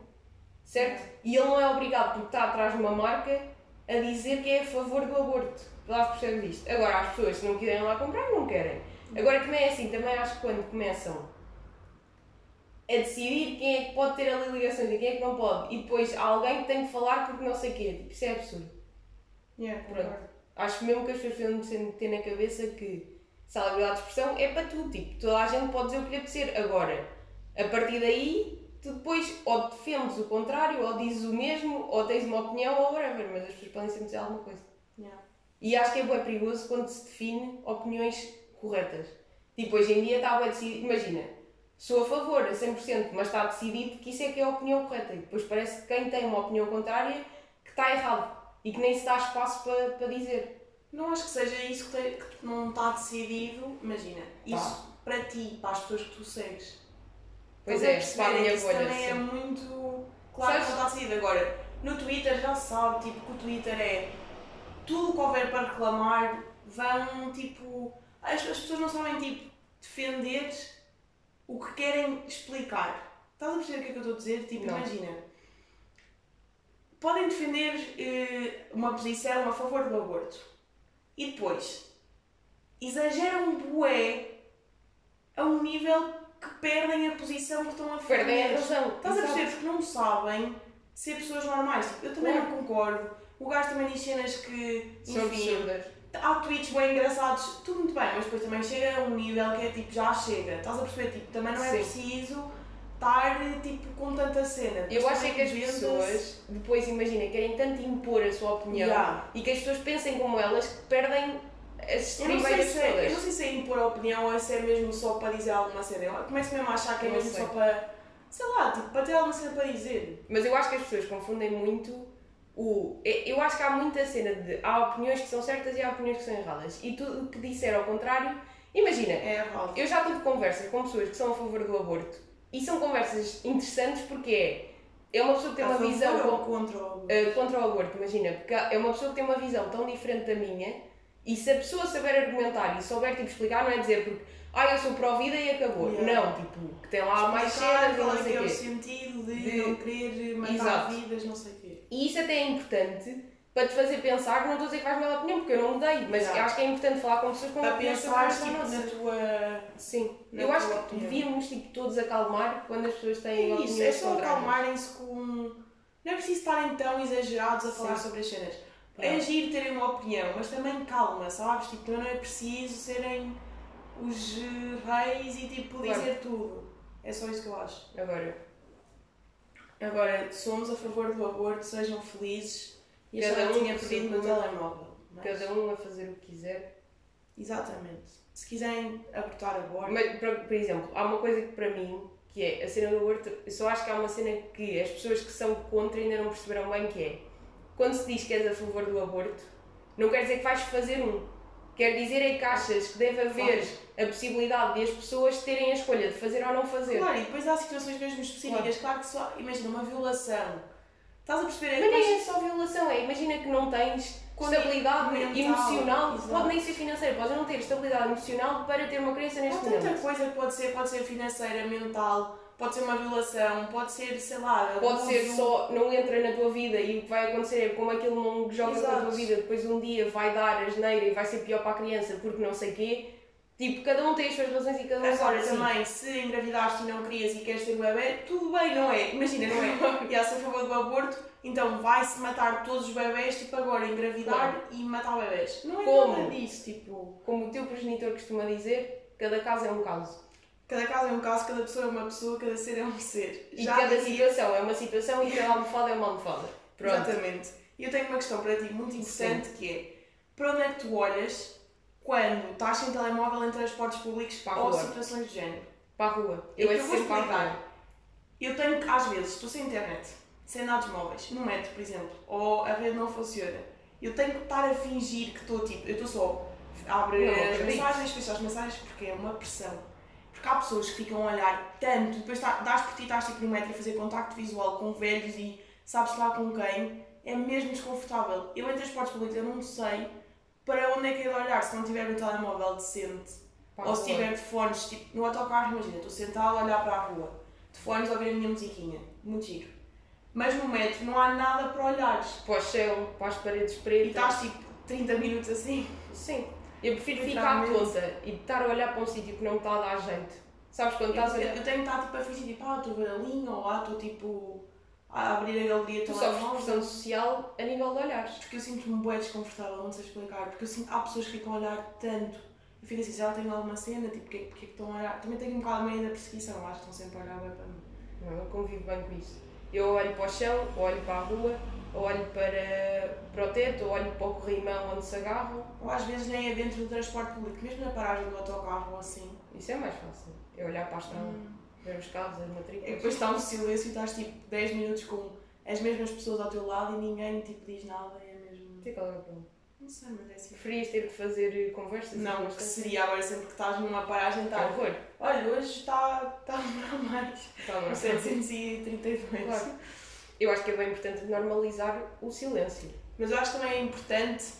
S1: Certo? E ele não é obrigado, porque está atrás de uma marca, a dizer que é a favor do aborto. Lá se percebe isto. Agora, as pessoas, se não quiserem lá comprar, não querem. Agora, também é assim, também acho que quando começam a decidir quem é que pode ter ali ligações e quem é que não pode, e depois há alguém que tem que falar porque não sei o quê, tipo, isso é absurdo.
S2: Yeah,
S1: Pronto.
S2: concordo.
S1: Acho mesmo que as pessoas têm de ter na cabeça que se há liberdade de expressão é para tudo, tipo, toda a gente pode dizer o que lhe apetecer. Agora, a partir daí, tu depois ou defendes o contrário, ou dizes o mesmo, ou tens uma opinião, ou whatever, mas as pessoas podem sempre dizer alguma coisa.
S2: Yeah.
S1: E acho que é bem perigoso quando se define opiniões corretas. Tipo, hoje em dia está bem decidido, imagina, sou a favor a 100%, mas está decidido que isso é que é a opinião correta. E depois parece que quem tem uma opinião contrária que está errado e que nem se dá espaço para, para dizer.
S2: Não acho que seja isso que, te- que não está decidido. Imagina, isso para ti, para as pessoas que tu segues.
S1: Pois
S2: Estás a
S1: é,
S2: perceber?
S1: para a minha
S2: isso
S1: bolha,
S2: também é
S1: sim.
S2: muito. Claro que não está decidido. Agora, no Twitter já se sabe tipo, que o Twitter é. Tudo que houver para reclamar vão tipo. As, as pessoas não sabem tipo, defender o que querem explicar. Estás a perceber o que é que eu estou a dizer? Tipo,
S1: Não.
S2: imagina. Podem defender eh, uma posição a favor do aborto. E depois, exageram um bué a um nível que perdem a posição que estão a
S1: Perdem a
S2: defender.
S1: razão.
S2: Estás a
S1: Exato.
S2: perceber? Porque não sabem ser pessoas normais. Tipo, Eu também não concordo. O gajo também diz cenas que,
S1: São
S2: enfim,
S1: absurdas.
S2: há tweets bem engraçados, tudo muito bem, mas depois também chega a um nível que é tipo, já chega. Estás a perceber? Tipo, também não é
S1: Sim.
S2: preciso estar tipo, com tanta cena. Depois
S1: Eu acho é
S2: também
S1: que as
S2: vende-se-
S1: pessoas, depois imagina, querem tanto impor a sua opinião
S2: Yeah.
S1: e que as pessoas pensem como elas que perdem as
S2: Eu não, sei
S1: primeiras
S2: se é, eu não
S1: todas.
S2: sei se é impor a opinião ou se é mesmo só para dizer alguma cena. Eu começo mesmo a achar que é
S1: Não
S2: mesmo
S1: sei.
S2: só para, sei lá, tipo, para ter alguma cena para dizer.
S1: Mas eu acho que as pessoas confundem muito o. e- Eu acho que há muita cena de há opiniões que são certas e há opiniões que são erradas. E tudo o que disser ao contrário. Imagina,
S2: É errado.
S1: eu já tive conversas com pessoas que são a favor do aborto e são conversas interessantes porque é, é uma pessoa que tem
S2: A
S1: uma
S2: favor
S1: visão.
S2: ou contra o-
S1: Uh, contra o aborto, imagina, porque é uma pessoa que tem uma visão tão diferente da minha e se a pessoa souber argumentar e souber tipo, explicar, não é dizer porque ah, eu sou pró-vida e acabou.
S2: Yeah.
S1: Não, tipo, que tem lá mais
S2: Explicar
S1: cenas e
S2: qual
S1: não
S2: é que
S1: sei
S2: é
S1: o
S2: o
S1: quê.
S2: sentido de,
S1: De-
S2: não querer matar
S1: Exato.
S2: vidas, não sei o quê.
S1: E isso até é importante para te fazer pensar, não estou a dizer que vais mudar de opinião, porque eu não mudei, mas
S2: Yeah.
S1: eu acho que é importante falar com pessoas com
S2: Para
S1: opiniões
S2: pensar
S1: sobre
S2: tipo,
S1: a
S2: na
S1: nossa.
S2: tua.
S1: Sim,
S2: na
S1: eu
S2: tua
S1: acho que
S2: opinião.
S1: devíamos tipo, todos acalmar quando as pessoas
S2: É
S1: têm
S2: isso, é
S1: opiniões
S2: só
S1: contrárias.
S2: acalmarem-se com. Não é preciso estarem tão exagerados a falar sobre as cenas. É
S1: Não.
S2: giro terem uma opinião, mas também calma, sabes? Tipo, também não é preciso serem os eh, reis e tipo
S1: Claro.
S2: dizer tudo. É só isso que eu acho.
S1: Agora,
S2: Agora, somos a favor do aborto, sejam felizes. E
S1: Cada um
S2: cada um tinha
S1: por
S2: perdido
S1: sua
S2: no
S1: conta.
S2: telemóvel. mas-
S1: cada um a fazer o que quiser.
S2: um- Exatamente. Se quiserem abortar agora.
S1: Mas, por, por exemplo, há uma coisa que para mim, que é a cena do aborto, eu só acho que há uma cena que as pessoas que são contra ainda não perceberam bem que é. Quando se diz que és a favor do aborto, não quer dizer que vais fazer um. Quer dizer é que achas que deve haver a possibilidade de as pessoas terem a escolha de fazer ou não fazer.
S2: Claro, e depois há situações mesmo específicas. Claro, que só. Imagina, uma violação. Estás a perceber?
S1: Mas
S2: É depois-
S1: nem é só violação, é imagina que não tens
S2: Quando- é
S1: estabilidade
S2: mental,
S1: emocional,
S2: exato.
S1: pode nem ser financeira, podes não ter estabilidade emocional para ter uma criança
S2: Há
S1: neste
S2: tanta
S1: momento.
S2: coisa que pode ser, pode ser financeira, mental, pode ser uma violação, pode ser, sei lá, um
S1: Pode ser
S2: abuso.
S1: só não entra na tua vida e o que vai acontecer é como aquilo não joga com a tua
S2: Exato.
S1: vida, depois um dia vai dar asneira e vai ser pior para a criança porque não sei quê. Tipo, cada um tem as suas razões e cada um sabe
S2: Agora
S1: assim.
S2: também, se engravidaste e não querias e queres ter um bebê, tudo bem, não é? Imagina, não
S1: <laughs>
S2: é? E há se a favor do aborto, então vai-se matar todos os bebés, tipo agora, engravidar e matar bebés. Não é
S1: Como?
S2: nada disso, tipo.
S1: Como o teu progenitor costuma dizer, cada caso é um caso.
S2: Cada caso é um caso, cada pessoa é uma pessoa, cada ser é um ser.
S1: E cada
S2: dizia-
S1: situação é uma situação e cada almofada é uma almofada. Pronto.
S2: Exatamente. E eu tenho uma questão para ti muito interessante que é para onde é que tu olhas quando estás sem telemóvel em transportes públicos
S1: Para a
S2: ou
S1: rua.
S2: situações do género?
S1: Para a rua.
S2: É que
S1: Eu é
S2: eu vou
S1: sempre para a
S2: explicar.
S1: rua.
S2: Eu tenho que, às vezes, estou sem internet, sem dados móveis, no metro, por exemplo, ou a rede não funciona. Eu tenho que estar a fingir que estou tipo. Eu estou só. Abre
S1: Não,
S2: as
S1: acredito.
S2: mensagens, fecha as mensagens, porque é uma pressão. Porque há pessoas que ficam a olhar tanto, depois tá, dás por ti, estás tipo no metro a fazer contacto visual com velhos e sabes lá com quem, é mesmo desconfortável. Eu em transportes públicos eu não sei para onde é que é de olhar se não tiver um telemóvel decente.
S1: Pá,
S2: Ou se
S1: boa.
S2: tiver de fones, tipo, no autocarro, imagina, estou sentada a olhar para a rua, de fones a ouvir a minha musiquinha, muito giro. Mas no metro não há nada para olhares.
S1: Para o chão, para as paredes
S2: E
S1: pretas.
S2: estás tipo 30 minutos assim.
S1: Sim. Eu prefiro ficar
S2: Literalmente.
S1: tonta e estar a olhar para um sítio que não me está a dar jeito. Sabes quando
S2: Eu,
S1: estás a olhar.
S2: eu tenho que estar tipo a fingir, tipo, ah, estou a ver a linha, ou ah, estou tipo a abrir a galeria
S1: Tu
S2: do
S1: sofres
S2: telemóvel.
S1: pressão social a nível de olhares.
S2: Porque eu sinto-me bem desconfortável, não sei explicar. Porque eu sinto, há pessoas que ficam a olhar tanto. Eu fico assim, já tenho alguma cena, tipo, porque, porque é que estão a olhar? Também tenho um bocado meio da perseguição, acho que estão sempre a olhar bem para mim.
S1: Não, eu convivo bem com isso. Eu olho para o chão, ou olho para a rua, ou olho para, para o teto, ou olho para o corrimão onde se agarram.
S2: Ou às vezes nem é dentro do transporte público, mesmo na paragem do autocarro ou assim.
S1: Isso é mais fácil. É olhar para a estrada, ver os cabos, as
S2: E
S1: matrículas.
S2: depois está um silêncio e estás tipo 10 minutos com as mesmas pessoas ao teu lado e ninguém tipo diz nada, é mesmo.
S1: Sei qual é o problema.
S2: Não sei, mas é assim.
S1: Preferias ter de fazer conversas?
S2: Não, o que
S1: que
S2: seria agora sempre que estás numa paragem, estás.
S1: Tá, horror.
S2: Olha, hoje está está a demorar mais.
S1: Tá bom.
S2: 732.
S1: Claro. é Eu acho que é bem importante normalizar o silêncio.
S2: Mas eu acho que também é importante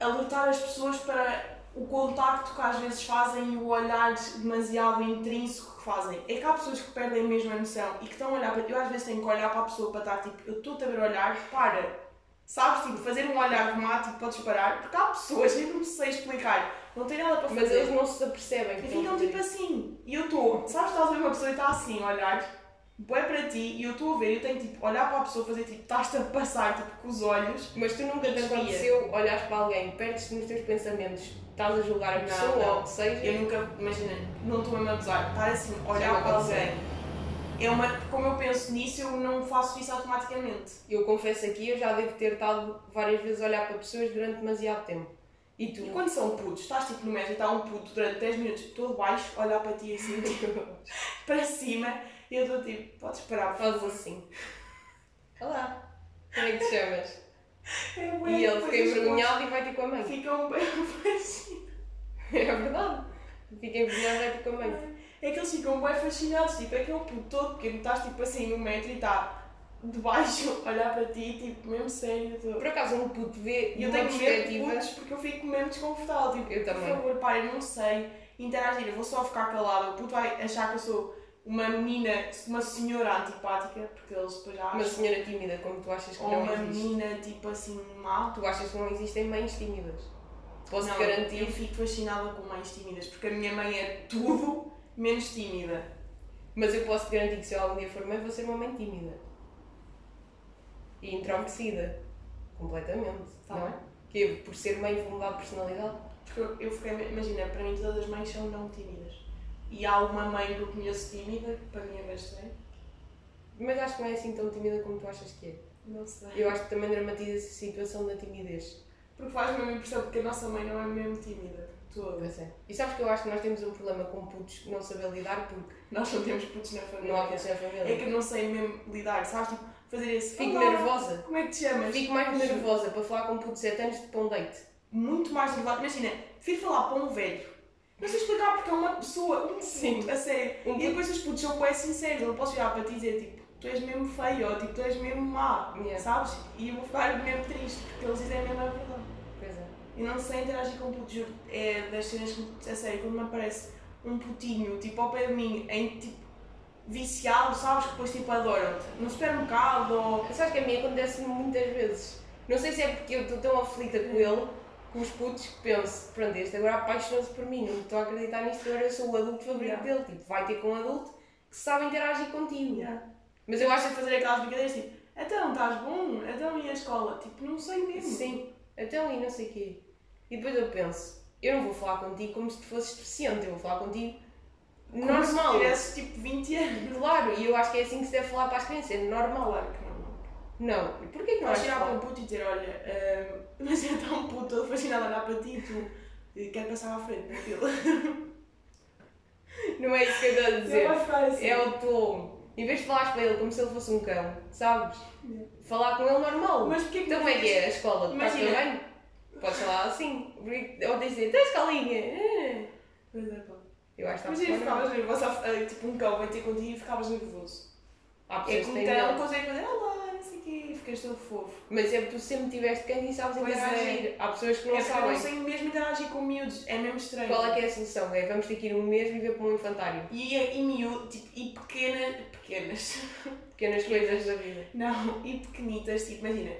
S2: alertar as pessoas para o contacto que às vezes fazem e o olhar demasiado intrínseco que fazem. É que há pessoas que perdem mesmo a noção e que estão a olhar para. Eu às vezes tenho que olhar para a pessoa para estar tipo, eu estou-te a ver olhar, para. Sabes, tipo, fazer um olhar remate e podes parar, porque há pessoas, <laughs> eu não sei explicar, não tem nada para
S1: Mas
S2: fazer.
S1: eles não se apercebem. que
S2: E
S1: estão a
S2: ficam
S1: fazer
S2: tipo assim. E eu estou, sabes, estás a ver uma pessoa e está assim, a olhar, bem para ti, e eu estou a ver, eu tenho tipo, olhar para a pessoa, fazer tipo, estás-te a passar, tipo, com os olhos.
S1: Mas tu nunca te
S2: Desvia.
S1: aconteceu olhares para alguém, perdes-te nos teus pensamentos, estás a julgar a
S2: Não,
S1: pessoa
S2: não.
S1: ou o que seja.
S2: Eu nunca, imagina, não estou mesmo a gozar, estar assim,
S1: Já
S2: olhar
S1: me
S2: para
S1: aconteceu.
S2: alguém. É uma, como eu penso nisso, eu não faço isso automaticamente.
S1: Eu confesso aqui, eu já devo ter estado várias vezes a olhar para pessoas durante demasiado tempo. E tu?
S2: E quando são putos, estás tipo no metro e está um puto durante 10 minutos todo baixo, olhar para ti
S1: <laughs>
S2: assim, tipo, para cima, e eu estou tipo, podes parar.
S1: Fazes
S2: <laughs>
S1: assim. Olá, como é que te chamas?
S2: É bué,
S1: e ele fica
S2: depois as
S1: envergonhado e vai ter com a mãe. <laughs>
S2: pessoas Ficam bem assim.
S1: É verdade. Fica envergonhado e vai ter com a mãe.
S2: É que eles ficam bem fascinados, tipo, é que é um puto todo pequeno, estás tipo assim no metro e está de baixo a olhar para ti, tipo, mesmo sério. eu tô-
S1: Por acaso um puto vê
S2: E eu
S1: de uma
S2: tenho medo de
S1: perspectiva.
S2: putos porque eu fico mesmo desconfortável, tipo,
S1: Eu também.
S2: por favor, pai, eu não sei interagir, eu vou só ficar calada, o puto vai achar que eu sou uma menina, uma senhora antipática, porque eles depois já
S1: Uma
S2: acham,
S1: senhora tímida, como tu achas que
S2: ou
S1: não
S2: uma
S1: existe.
S2: menina, tipo assim, mal.
S1: Tu achas que não existem mães tímidas. Posso
S2: Não,
S1: te garantir.
S2: eu fico fascinada com mães tímidas, porque a minha mãe é tudo menos tímida.
S1: Mas eu posso te garantir que se eu algum dia for mãe, vou ser uma mãe tímida. E introvertida. Completamente.
S2: Tá
S1: não é? Que eu, por ser mãe, vou mudar de personalidade.
S2: Porque eu, eu fiquei, imagina, para mim todas as mães são não tímidas. E há uma mãe que eu conheço tímida, que para mim é bastante.
S1: Mas acho que não é assim tão tímida como tu achas que é.
S2: Não sei.
S1: Eu acho que também dramatiza essa situação da timidez.
S2: Porque faz-me a impressão de que a nossa mãe não é mesmo tímida. Toda.
S1: Pois é. E sabes que eu acho que nós temos um problema com putos que não saber lidar porque
S2: Nós não temos putos na família.
S1: não há putos na
S2: É
S1: família.
S2: que eu não sei mesmo lidar, sabes? Tipo, fazer esse.
S1: Fico
S2: "Olá,
S1: nervosa.
S2: Como é que te chamas?
S1: Fico mais nervosa para falar com um puto de 7 anos de pão date.
S2: Muito mais nervosa. Imagina, prefiro falar para um velho. Não sei explicar porque é uma pessoa, um puto, a sério.
S1: Um
S2: E depois os putos são bem sinceros, eu não posso virar para ti e dizer tipo, tu és mesmo feio ou tipo, tu és mesmo má,
S1: Yeah.
S2: sabes? E eu vou ficar mesmo triste porque eles dizem mesmo a verdade.
S1: Pois é.
S2: Eu não sei interagir com putos, juro, é das cenas que, a sério, quando me aparece um putinho tipo ao pé de mim, em tipo, viciado, sabes? Que depois tipo adoram-te. No supermercado ou.
S1: Sabes que a mim acontece muitas vezes. Não sei se é porque eu estou tão aflita com ele, com os putos, que penso, pronto, este agora apaixonou-se por mim, não estou a acreditar nisto, agora eu sou o adulto favorito
S2: Yeah.
S1: dele. Tipo, vai ter com um adulto que sabe interagir contigo.
S2: Yeah.
S1: Mas eu acho
S2: Basta fazer aquelas brincadeiras tipo, então estás bom? Então e a escola? Tipo, não sei
S1: que
S2: mesmo.
S1: sim, então e não sei o quê. E depois eu penso, eu não vou falar contigo como se tu fosses deficiente, eu vou falar contigo
S2: Como
S1: normal.
S2: Se tivesses tipo 20 anos.
S1: Claro, e eu acho que é assim que se deve falar para as crianças, é normal.
S2: Claro que não.
S1: Não, e porquê que não
S2: Vais
S1: acho
S2: chegar para
S1: que
S2: um puto e dizer, olha, ahm, mas é tão puto, todo fascinado a olhar para ti e tu eh, quer passar à frente na fila.
S1: Não é isso que eu estou a
S2: Ele
S1: dizer.
S2: <laughs> vai ficar assim.
S1: É o tom. Em vez de falares para ele como se ele fosse um cão, sabes? Falar com ele normal.
S2: Mas porquê que
S1: então como é que é a escola? Estás tudo
S2: Imagina.
S1: bem? Podes falar assim. Ou dizer, tens escolinha. Ah.
S2: Pois é, pá.
S1: Eu acho que tá está
S2: Imagina,
S1: muito bom, não.
S2: ficavas nervoso, ah, tipo um cão vai ter contigo e ficavas nervoso.
S1: Há
S2: É
S1: pessoas
S2: que
S1: que
S2: um
S1: têm
S2: cão
S1: medo.
S2: consegue fazer olá, não sei o quê, e ficas todo fofo.
S1: Mas é que tu sempre tiveste cães e sabes
S2: Pois é.
S1: interagir. Há pessoas que não
S2: é porque eu
S1: sabem.
S2: não sei mesmo interagir com miúdos, é mesmo estranho.
S1: Qual é que é a solução? É vamos ter que ir um mês viver para um infantário.
S2: E, e miúdo, tipo, e pequena, pequenas, <laughs>
S1: Pequenas coisas da vida.
S2: não, e pequenitas, tipo, imagina,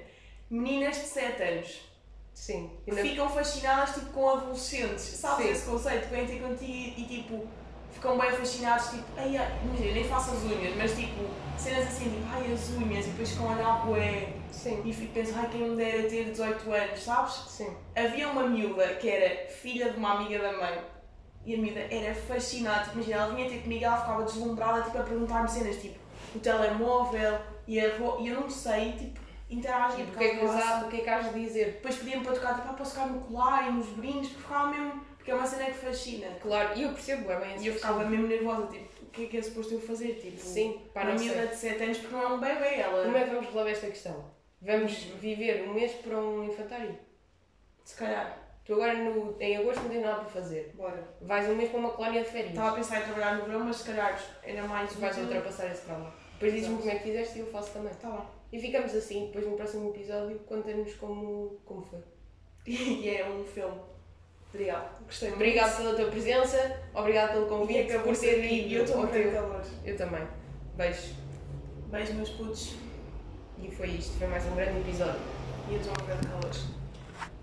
S2: meninas de 7 anos,
S1: Sim.
S2: que
S1: Ainda-
S2: ficam fascinadas, tipo, com adolescentes, sabes
S1: Sim.
S2: esse conceito? Vêm ter contigo e, tipo, ficam bem fascinados, tipo, ai, ai", imagina, eu nem faço as unhas, mas, tipo, cenas assim, tipo, ai, as unhas, e depois ficam a olhar bué,
S1: Sim.
S2: e fico pensando, ai, quem me dera ter 18 anos, sabes?
S1: Sim.
S2: Havia uma miúda que era filha de uma amiga da mãe e a miúda era fascinada. Tipo, Imagina, ela vinha ter comigo e ela ficava deslumbrada tipo, a perguntar-me cenas tipo o telemóvel e, a ro- e eu não sei tipo, interagir.
S1: O
S2: porque
S1: que é que
S2: ela falava
S1: usar?
S2: assim.
S1: O que é que has de dizer?
S2: Depois pediam para tocar, tipo, ah, posso tocar no colar e nos brindes, porque ficava mesmo. porque é uma cena que fascina.
S1: Claro, e eu percebo, é bem
S2: E eu ficava mesmo nervosa, tipo, o que é que é suposto eu fazer? Tipo,
S1: Sim, para
S2: uma
S1: não ser.
S2: miúda de 7 anos, porque não é um bebê ela.
S1: Como é que vamos resolver esta questão? Vamos viver um mês para um infantário?
S2: Se calhar,
S1: Tu agora no, em agosto não tens nada para fazer.
S2: bora.
S1: Vais um mês para uma colónia de férias.
S2: Estava a pensar em trabalhar no verão, mas se calhar era mais.
S1: Tu vais
S2: útil.
S1: ultrapassar esse trauma. Depois dizes-me como é que fizeste e eu faço também.
S2: <laughs> Tá bom.
S1: E ficamos assim, depois no próximo episódio conta-nos como, como foi.
S2: E é um filme. Obrigado. Gostei muito.
S1: Obrigado pela tua presença, obrigado pelo
S2: E
S1: convite,
S2: acabou
S1: por ter
S2: aqui.
S1: vindo.
S2: Eu estou
S1: ao
S2: a
S1: teu-
S2: morrer de calor.
S1: Eu também. Beijo.
S2: Beijo, meus putos.
S1: E foi isto, foi mais um grande episódio.
S2: E eu estou a morrer de calor.